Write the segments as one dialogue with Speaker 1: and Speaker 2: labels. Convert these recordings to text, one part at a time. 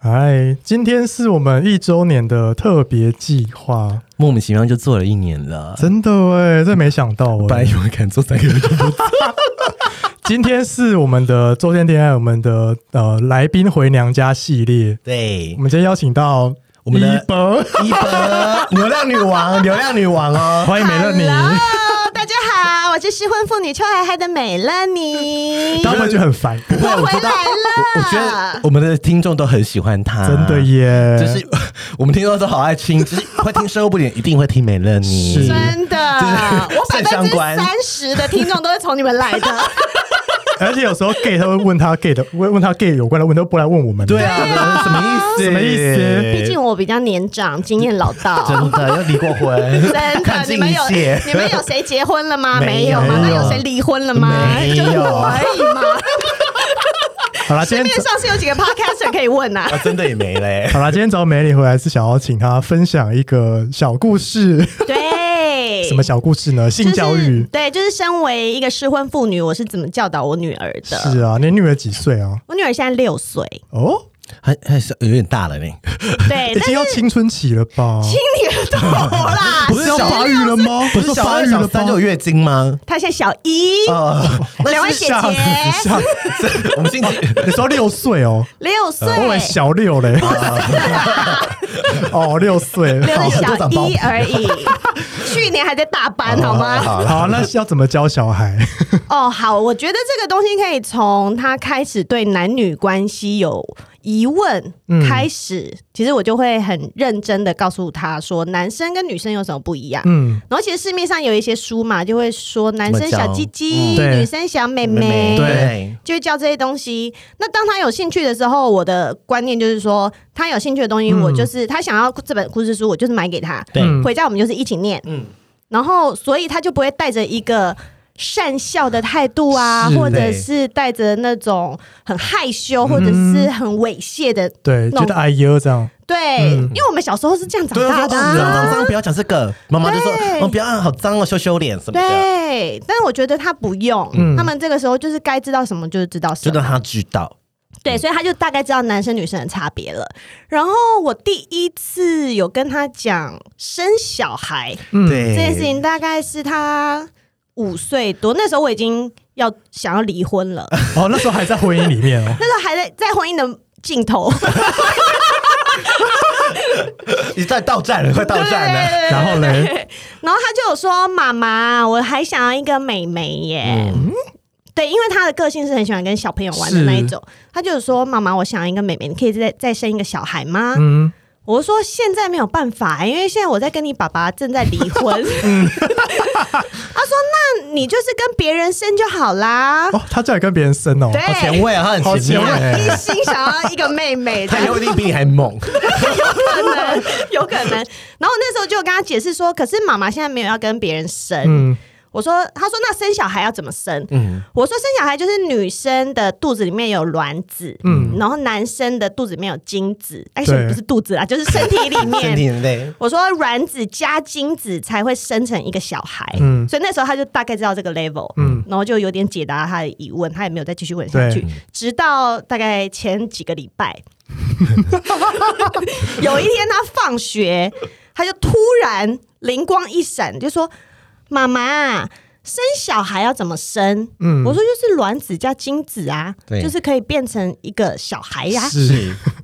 Speaker 1: 哎，今天是我们一周年的特别计划，
Speaker 2: 莫名其妙就做了一年了，
Speaker 1: 真的哎，这没想到
Speaker 2: 本来
Speaker 1: 哎。
Speaker 2: 以为敢做三个月就不做，
Speaker 1: 今天是我们的周间恋爱，我们的呃来宾回娘家系列，
Speaker 3: 对
Speaker 1: 我，们今天邀请到
Speaker 3: 我们的
Speaker 1: 一博，
Speaker 3: 一博流量女王，流量女王哦，
Speaker 1: 欢迎美乐你，
Speaker 4: Hello，大家好，我是失婚妇女邱海海的美乐妮，
Speaker 1: 当然就很烦，
Speaker 4: 我回来
Speaker 2: 我觉
Speaker 4: 了
Speaker 2: 得。我们的听众都很喜欢他，
Speaker 1: 真的。耶，
Speaker 2: 就是 我们听众都好爱听，就是会听收入不点，一定会听美乐
Speaker 1: 是
Speaker 2: 你。
Speaker 4: 真的，
Speaker 2: 是
Speaker 4: 我百
Speaker 2: 正
Speaker 4: 分
Speaker 2: 相
Speaker 4: 之
Speaker 2: 关
Speaker 4: 三十的听众都是从你们来的，
Speaker 1: 而且有时候 gay 他会问他 gay 的，问问他 gay 有关的问题，都不来问我们。
Speaker 2: 对，啊，什么意思？
Speaker 1: 什么意思
Speaker 4: 毕竟我比较年长，经验老 道。
Speaker 3: 真的要离过婚，
Speaker 4: 真的
Speaker 3: 看，尽
Speaker 4: 你们有
Speaker 3: 一切
Speaker 4: 你们有谁结婚了吗？
Speaker 3: 没
Speaker 4: 没
Speaker 3: 有
Speaker 4: 吗？那有谁离婚了吗？
Speaker 3: 没有
Speaker 4: 就我而已吗？
Speaker 1: 好啦，今天
Speaker 4: 市面上是有几个 podcaster 可以 问啊？
Speaker 2: 啊，真的也没嘞。
Speaker 1: 好啦，今天找美里回来是想要请她分享一个小故 事，
Speaker 4: 对，
Speaker 1: 什么小故事呢？性教
Speaker 4: 哎就是
Speaker 1: 育。
Speaker 4: 对，就是身为一个失婚妇女，我是怎么教导我女儿的？
Speaker 1: 是啊，你女儿几岁啊？
Speaker 4: 我女儿现在六岁，
Speaker 1: 哦，
Speaker 2: 还还是有点大了呢，
Speaker 4: 对，
Speaker 1: 已
Speaker 4: 哎但
Speaker 1: 经要青春期了吧？
Speaker 4: 听你的头 啦。
Speaker 2: 不是要发育了吗？不是小
Speaker 1: 发
Speaker 2: 二
Speaker 1: 育了吗
Speaker 2: 小三就有月经吗？
Speaker 4: 她现在小一，
Speaker 1: 呃
Speaker 2: 啊，
Speaker 4: 两位姐
Speaker 1: 吓死
Speaker 4: 姐
Speaker 1: 吓死！
Speaker 2: 我们进去
Speaker 1: 你说六岁哦，
Speaker 4: 六
Speaker 1: 我以为
Speaker 4: 岁，
Speaker 1: 小六嘞。 哦，六岁。
Speaker 4: 六
Speaker 1: 好
Speaker 4: 的
Speaker 3: 就
Speaker 4: 啊小
Speaker 3: 长包
Speaker 4: 一 而已。去年还在大班，好吗？
Speaker 1: 哦好，那要怎么教小孩？
Speaker 4: 哦，好，我觉得这个东西可以从她开始对男女关系有疑问
Speaker 1: 嗯
Speaker 4: 开始。其实我就会很认真的告诉她说，男生跟女生有什么不一样。
Speaker 1: 嗯，
Speaker 4: 然后其实市面上有一些书嘛，就会说男生小鸡鸡，
Speaker 1: 怎么讲嗯
Speaker 4: 女生小妹
Speaker 3: 妹妹
Speaker 4: 妹，
Speaker 2: 对
Speaker 4: 就会教这些东西。那当他有兴趣的时候，我的观念就是说，他有兴趣的东西，
Speaker 1: 嗯
Speaker 4: 我就是他想要这本故事书，我就是买给他，
Speaker 2: 对
Speaker 1: 嗯
Speaker 4: 回家我们就是一起念，
Speaker 2: 嗯
Speaker 4: 然后所以他就不会带着一个。善笑的态度啊，
Speaker 1: 是嗯
Speaker 4: 或者
Speaker 2: 对
Speaker 4: 是带着那种很害羞，或者是很猥亵的，
Speaker 1: 对，觉得哎呦这样，
Speaker 4: 对，
Speaker 1: 嗯啊
Speaker 4: 因为我们小时候是这样长
Speaker 2: 对，我说哦
Speaker 4: 大的、啊
Speaker 2: 脏脏脏，不要讲这个。妈妈就说
Speaker 4: 对
Speaker 2: 哦，不要啊好脏哦，羞羞脸什么的，
Speaker 4: 对，但是我觉得他不用，
Speaker 1: 嗯
Speaker 4: 他们这个时候就是该知道什么就是知道什
Speaker 2: 就
Speaker 4: 么，
Speaker 2: 让他知道。
Speaker 4: 对，所以他就大概知道男生女生的差别了。然后我第一次有跟他讲生小孩
Speaker 1: 嗯
Speaker 4: 这
Speaker 2: 对
Speaker 4: 件事情，大概是他五岁多，那时候我已经要想要离婚了，
Speaker 1: 哦，那时候还在婚姻里面 哦。
Speaker 4: 那时候还在在婚姻的尽头，
Speaker 2: 你在到站了，快到站了。
Speaker 1: 然后嘞，
Speaker 4: 然后他就有说：“妈妈，我还想要一个妹妹耶。对，因为他的个性是很喜欢跟小朋友玩的那一种，他就有说：“妈妈，我想要一个妹妹，你可以再再生一个小孩吗？”
Speaker 1: 嗯，
Speaker 4: 我说：“现在没有办法，因为现在我在跟你爸爸正在离婚。他说：“那你就是跟别人生就好啦。
Speaker 1: 哦，他叫你跟别人生哦。
Speaker 4: 对
Speaker 2: 好前卫啊，他
Speaker 1: 好
Speaker 2: 很
Speaker 1: 前
Speaker 2: 前
Speaker 1: 卫
Speaker 2: 卫。
Speaker 4: 他一心想要一个妹妹，
Speaker 2: 他以后一定比你还猛，
Speaker 4: 可能有可能。然后那时候就跟他解释说，可是妈妈现在没有要跟别人生。
Speaker 1: 嗯，
Speaker 4: 我说，他说那生小孩要怎么生？
Speaker 2: 嗯
Speaker 4: 我说生小孩就是女生的肚子里面有卵子，
Speaker 1: 嗯
Speaker 4: 然后男生的肚子里面有精子，哎，
Speaker 1: 对
Speaker 4: 不是肚子啊，就是身体里
Speaker 2: 身
Speaker 4: 面。
Speaker 2: 体很累。
Speaker 4: 我说卵子加精子才会生成一个小孩，
Speaker 1: 嗯
Speaker 4: 所以那时候他就大概知道这个 level，
Speaker 1: 嗯
Speaker 4: 然后就有点解答他的疑问，他也没有再继续问下去
Speaker 1: 对，
Speaker 4: 直到大概前几个礼 拜，有一天他放学，他就突然灵光一闪，就说：“妈妈。”生小孩要怎么生？
Speaker 1: 嗯
Speaker 4: 我说就是卵子加精子啊，
Speaker 2: 对
Speaker 4: 就是可以变成一个小孩哎呀、
Speaker 1: 是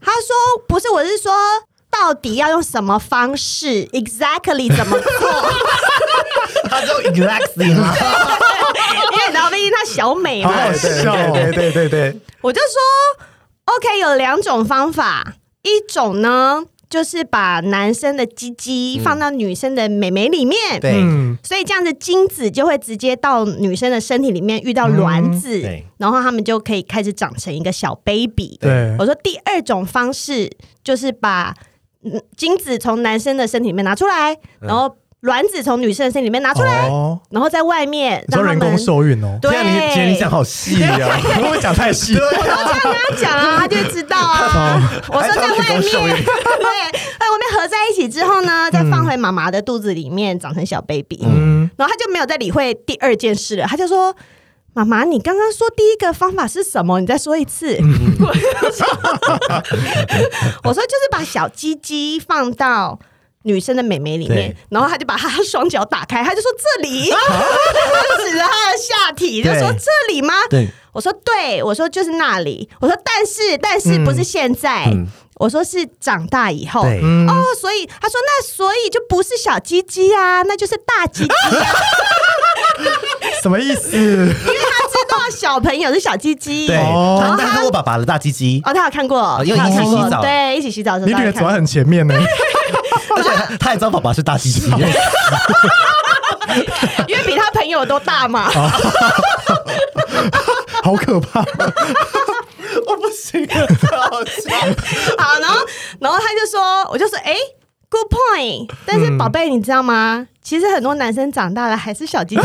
Speaker 4: 他说不是，我是说到底要用什么方式，exactly 怎么 做？
Speaker 2: 他就 relaxing 啊，
Speaker 4: 因为你知道，毕竟她小美
Speaker 1: 好
Speaker 4: 嘛，
Speaker 1: 好笑哦。
Speaker 2: 对对对对，
Speaker 4: 我就说 OK，有两种方法，一种呢就是把男生的鸡鸡放到女生的美眉里面。
Speaker 2: 对
Speaker 1: 嗯，
Speaker 4: 所以这样子，精子就会直接到女生的身体里面遇
Speaker 1: 嗯
Speaker 4: 到卵子，
Speaker 2: 对
Speaker 4: 然后他们就可以开始长成一个小 baby。
Speaker 1: 对
Speaker 4: 我，说第二种方式就是把嗯精子从男生的身体里面拿出来，然后卵子从女生的身体里面拿出来，
Speaker 1: 哦，
Speaker 4: 然后在外面
Speaker 1: 你
Speaker 4: 让
Speaker 1: 说
Speaker 4: 他
Speaker 1: 人
Speaker 4: 们
Speaker 1: 工受孕哦，
Speaker 2: 天啊你姐你
Speaker 4: 对哎
Speaker 2: 讲。好细啊！
Speaker 1: 会不会讲太细？
Speaker 4: 跟他讲啊，他就会知道啊。
Speaker 2: 哦
Speaker 4: 我说在外面，对，在外面合在一起之后呢，再放回妈妈的肚子里面，长成小 baby。
Speaker 1: 嗯，
Speaker 4: 然后他就没有再理会第二件事了，他就说。妈妈，你刚刚说第一个方法是什么？你再说一次。
Speaker 2: 嗯
Speaker 4: 我就说 我说就是把小鸡鸡放到女生的美眉里面
Speaker 2: 对，啊
Speaker 4: 然后他就把他双脚打开，他就说这里， 他指着他的下体，就说
Speaker 2: 对
Speaker 4: 这里吗？
Speaker 2: 对，
Speaker 4: 我说对，我说就是那里。我说但是但是不是现在？
Speaker 2: 嗯
Speaker 4: 我说是长大以后。
Speaker 2: 对嗯
Speaker 4: 哦，所以他说那所以就不是小鸡鸡啊，那就是大鸡鸡，
Speaker 1: 什么意 思？
Speaker 4: 因为他知道小朋友是小鸡鸡。
Speaker 2: 对，
Speaker 4: 哦，
Speaker 1: 哦
Speaker 2: 他看过爸爸的大鸡鸡，
Speaker 4: 他有看过，
Speaker 2: 哦因为
Speaker 4: 他有
Speaker 2: 一起
Speaker 4: 看过
Speaker 2: 洗澡
Speaker 4: 对，一起洗澡的
Speaker 1: 你
Speaker 4: 时
Speaker 1: 女儿
Speaker 4: 候他有
Speaker 1: 走在
Speaker 4: 看过。
Speaker 1: 很前面呢。
Speaker 2: 而且他他也知道爸爸是大鸡鸡，
Speaker 4: 因为比他朋友都大嘛。
Speaker 2: 哦
Speaker 1: 好可怕！哦
Speaker 2: 我不行了，太好笑了。
Speaker 4: 好，然后然后他就说，我就说，哎、g o o d point。但
Speaker 2: 嗯
Speaker 4: 是宝贝，你知道吗？其实很多男生长大了还是小鸡鸡。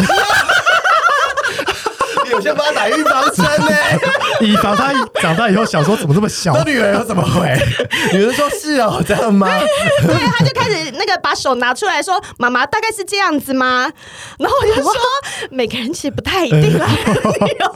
Speaker 2: 有些帮他打预防针呢、
Speaker 1: 以防她长大以后想说怎么这么小
Speaker 2: 那，女儿要怎么回？女儿说是哦，这样 吗？
Speaker 4: 对，他就开始那个把手拿出来说：“妈妈，大概是这样子吗？”然后我就说：“每个人其实不太一定啦， 然后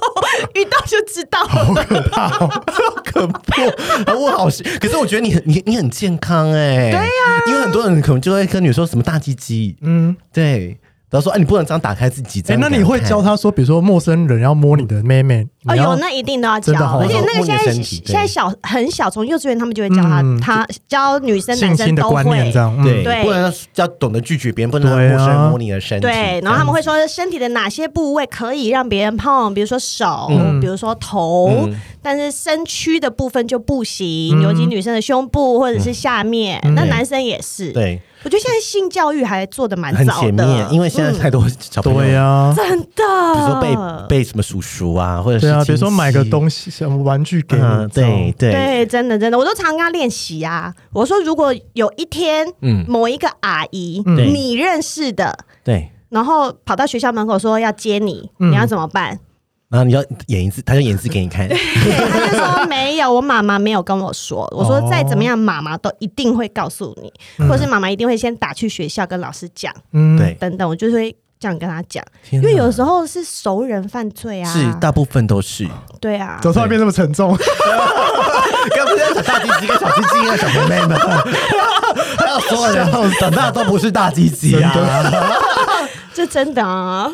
Speaker 4: 遇到就知道
Speaker 1: 哦
Speaker 4: 了。
Speaker 2: 可不，我好是，可是我觉得你很你你很健康哎、对呀、因为很多人可能就会跟女说什么大鸡鸡，
Speaker 1: 嗯，
Speaker 2: 对，然后说哎、你不能这样打开自己。
Speaker 1: 哎、
Speaker 2: 这样
Speaker 1: 那你会
Speaker 2: 给
Speaker 1: 教
Speaker 2: 看？
Speaker 1: 她说，比如说陌生人要摸你的妹妹，”
Speaker 4: 哦，
Speaker 1: 你要
Speaker 4: 有那一定都要教
Speaker 1: 真的，哦
Speaker 4: 而且那个现
Speaker 2: 摸你的
Speaker 4: 在
Speaker 2: 身体对
Speaker 4: 现在小很小，从幼稚园他们就会教他
Speaker 1: 嗯，
Speaker 4: 他教女生男
Speaker 1: 性侵
Speaker 4: 生
Speaker 1: 的
Speaker 4: 都
Speaker 1: 观念
Speaker 4: 会
Speaker 1: 这。样，嗯
Speaker 2: 对，
Speaker 4: 对
Speaker 2: 不能要懂得拒绝别人，不能
Speaker 1: 对啊
Speaker 2: 让陌生人摸你的身体。
Speaker 4: 对，然后他们会说身体的哪些部位可以让别人碰，比如说手，
Speaker 1: 嗯
Speaker 4: 比如说头，但是身躯的部分就不行，
Speaker 1: 嗯
Speaker 4: 尤其女生的胸部或者是下面，那男生也是。
Speaker 2: 对，
Speaker 4: 我觉得现在性教育还做的蛮
Speaker 2: 很
Speaker 4: 早
Speaker 2: 前
Speaker 4: 的，
Speaker 2: 面，因为现在
Speaker 4: 嗯、
Speaker 2: 太多小朋友，
Speaker 1: 对呀、
Speaker 4: 真
Speaker 2: 比如说
Speaker 4: 的
Speaker 2: 被被什么叔叔啊，或者是
Speaker 1: 对啊，比如说
Speaker 2: 亲戚
Speaker 1: 买个东西，像玩具给你，
Speaker 2: 嗯，对对
Speaker 4: 对，真的真的，我都常跟他练习啊。我说如果有一天，
Speaker 2: 嗯
Speaker 4: 某一个阿姨、
Speaker 1: 嗯
Speaker 4: 你认识的，
Speaker 2: 对，
Speaker 4: 然后跑到学校门口说要接你，
Speaker 1: 嗯
Speaker 4: 你要怎 么办？
Speaker 2: 然后你要演一次，他就演一次给你 看。
Speaker 4: 对，他就说没有，我妈妈没有跟我说。我说
Speaker 1: 哦
Speaker 4: 再怎么样，妈妈都一定会告诉你，或是妈妈一定会先打去学校跟老师讲，
Speaker 1: 嗯，
Speaker 2: 嗯对，
Speaker 4: 等等，我就会这样跟他讲。
Speaker 2: 天
Speaker 4: 因
Speaker 2: 哪
Speaker 4: 为有时候是熟人犯罪啊，
Speaker 2: 是大部分都 是。
Speaker 4: 对啊，
Speaker 1: 走出来变这么沉重，
Speaker 2: 刚不是要讲大鸡鸡跟小鸡鸡啊，小妹妹们， 还有所有人长大都不是大鸡鸡啊。
Speaker 4: 这真的啊，
Speaker 2: 嗯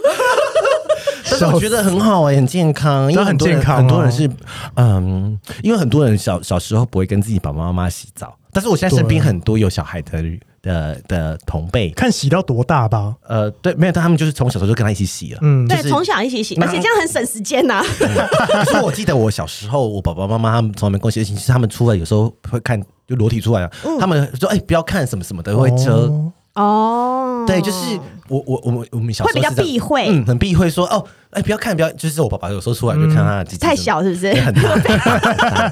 Speaker 2: 但是我觉得很好哎、很健康，因为多人
Speaker 1: 这很健康哦
Speaker 2: 很多人是嗯，因为很多人小小时候不会跟自己爸爸妈妈洗澡，但是我现在身边很多有小孩的的的同辈，
Speaker 1: 看洗到多大吧，
Speaker 2: 呃，对，没有，但他们就是从小时候就跟他一起洗了。
Speaker 1: 嗯，
Speaker 4: 对，从小一起洗，而且这样很省时间啊 呐、
Speaker 2: 可是我记得我小时候，我爸爸妈妈他们从来没跟我洗，其实他们出来有时候会看就裸体出来啊，
Speaker 4: 嗯
Speaker 2: 他们说哎、不要看什么什么的会遮，
Speaker 1: 哦
Speaker 4: 哦，
Speaker 2: 对，就是我我我们我们小时候
Speaker 4: 会比较
Speaker 2: 是这样
Speaker 4: 避讳
Speaker 2: 嗯，很避讳说哦哎、不要看不要，就是我爸爸有时候出来就看他的鸡鸡
Speaker 4: 嗯太小，是不是？
Speaker 2: 很大，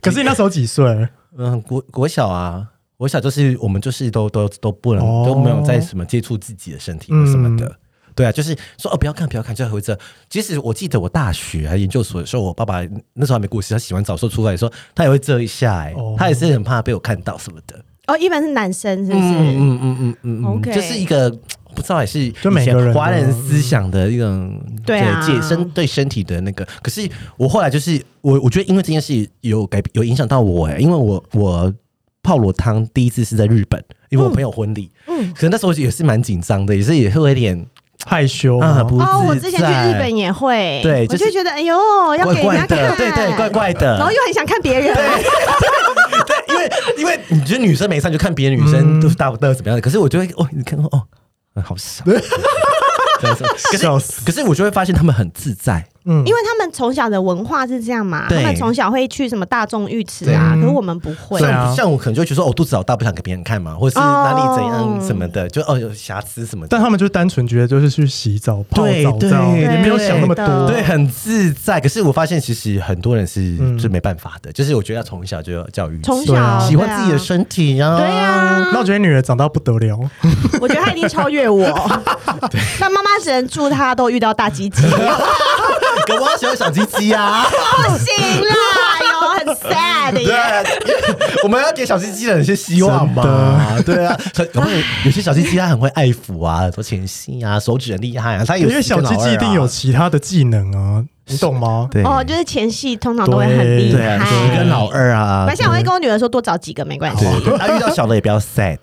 Speaker 1: 可是你那时候几岁？
Speaker 2: 嗯，国国小啊。国小就是我们就是都都都不能、
Speaker 1: 哦嗯
Speaker 2: 都没有在什么接触自己的身体或什么的，对啊，就是说哦不要看不要看，就会这。即使我记得我大学还研究所的时候，我爸爸那时候还没过世，他洗完澡说出来说他也会遮一下、欸，
Speaker 1: 哦
Speaker 2: 他也是很怕被我看到什么的。
Speaker 4: 哦，一般是男生，是不是？
Speaker 2: 嗯嗯嗯嗯嗯嗯
Speaker 4: OK
Speaker 2: 就是一个不知道也是
Speaker 1: 就每个人
Speaker 2: 以
Speaker 1: 的
Speaker 2: 前华人思想的一种
Speaker 4: 对啊
Speaker 2: 健身对身体的那个。可是我后来就是我我觉得因为这件事有改有影响到我、欸，因为我我泡裸汤第一次是在日本，因为我朋友婚礼，嗯，可能那时候也是蛮紧张的，也是也会有点
Speaker 1: 害羞
Speaker 2: 啊不自在。
Speaker 4: 哦，我之前去日本也会，
Speaker 2: 对
Speaker 4: 我
Speaker 2: 就是
Speaker 4: 就觉得哎呦，要
Speaker 2: 怪
Speaker 4: 给人
Speaker 2: 怪
Speaker 4: 家
Speaker 2: 的，
Speaker 4: 看，
Speaker 2: 对对，怪怪的，
Speaker 4: 然后又很想看别人，
Speaker 2: 因为因为你觉得女生没上就看别的女
Speaker 1: 嗯
Speaker 2: 生都是大不大怎么样的，可是我就会哦，你看哦，嗯好少。可是
Speaker 1: 笑死，
Speaker 2: 可是我就会发现他们很自在，
Speaker 1: 嗯
Speaker 4: 因为他们从小的文化是这样嘛，
Speaker 2: 对
Speaker 4: 他们从小会去什么大众浴池啊，
Speaker 1: 对
Speaker 4: 可是我们不会。
Speaker 1: 对啊
Speaker 2: 像像我可能就会觉得说，哦，肚子好大，不想给别人看嘛，或者是哪里怎样
Speaker 4: 哦
Speaker 2: 什么的，就哦有瑕疵什么的。
Speaker 1: 但他们就单纯觉得就是去洗澡、泡
Speaker 2: 对
Speaker 1: 澡
Speaker 2: 对
Speaker 1: 这样，
Speaker 2: 对
Speaker 1: 也没有想那么多。
Speaker 2: 对，很自在。可是我发现，其实很多人是、
Speaker 1: 嗯
Speaker 2: 是没办法的，就是我觉得要从小就要教育，
Speaker 4: 从
Speaker 1: 对
Speaker 4: 小
Speaker 1: 啊
Speaker 2: 喜欢自己的
Speaker 4: 生，
Speaker 2: 身体啊，
Speaker 4: 对 啊，
Speaker 1: 那我觉得女儿长到不得了，
Speaker 4: 我觉得他一定超越我。那妈妈只能祝他都遇到大鸡鸡，
Speaker 2: 可我要喜欢小鸡鸡啊。
Speaker 4: 不行啦， 有很 sad
Speaker 2: 对啊
Speaker 4: 耶。，
Speaker 2: 我们要给小鸡鸡的人一些希望嘛。对啊，小有没有有些小鸡鸡它很会爱抚啊，多前戏啊，手指很厉害啊，它有
Speaker 1: 因为小鸡鸡一定有其他的技能啊，你懂吗？
Speaker 2: 对
Speaker 4: 哦，就是前戏通常都会很
Speaker 1: 对
Speaker 4: 厉
Speaker 2: 对啊，十
Speaker 4: 害
Speaker 2: 跟。老二啊，
Speaker 4: 而且我会跟我女儿说多找几个没关系。
Speaker 2: 对对，他遇到小的也不要 sad，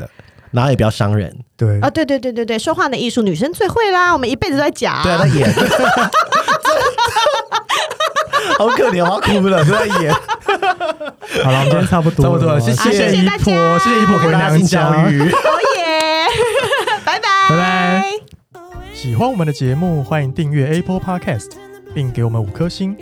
Speaker 2: 然后也不要伤人。
Speaker 1: 对
Speaker 4: 啊，，对对对对对，说话的艺术女生最会啦，我们一辈子都在讲。
Speaker 2: 对啊，他 演，好可怜，我要哭了，都在演。
Speaker 1: 好了，我们今天差不多，
Speaker 2: 差不多了谢谢
Speaker 1: 谢
Speaker 4: 啊谢谢
Speaker 1: 姨
Speaker 4: 大家
Speaker 1: 婆，谢谢姨婆给
Speaker 2: 回答
Speaker 1: 娘
Speaker 2: 性教
Speaker 1: 教育。
Speaker 2: 育。
Speaker 4: 哦耶， 拜拜
Speaker 1: 拜拜。喜欢我们的节目，欢迎订阅 Apple Podcast，并给我们五颗星，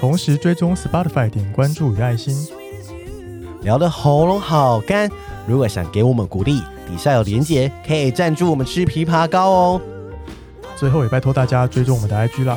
Speaker 1: 同时追踪 Spotify 点关注与爱心。
Speaker 2: 聊的喉咙好干，如果想给我们鼓励，底下有连结，可以赞助我们吃枇杷膏哦。
Speaker 1: 最后也拜托大家追踪我们的 IG 啦，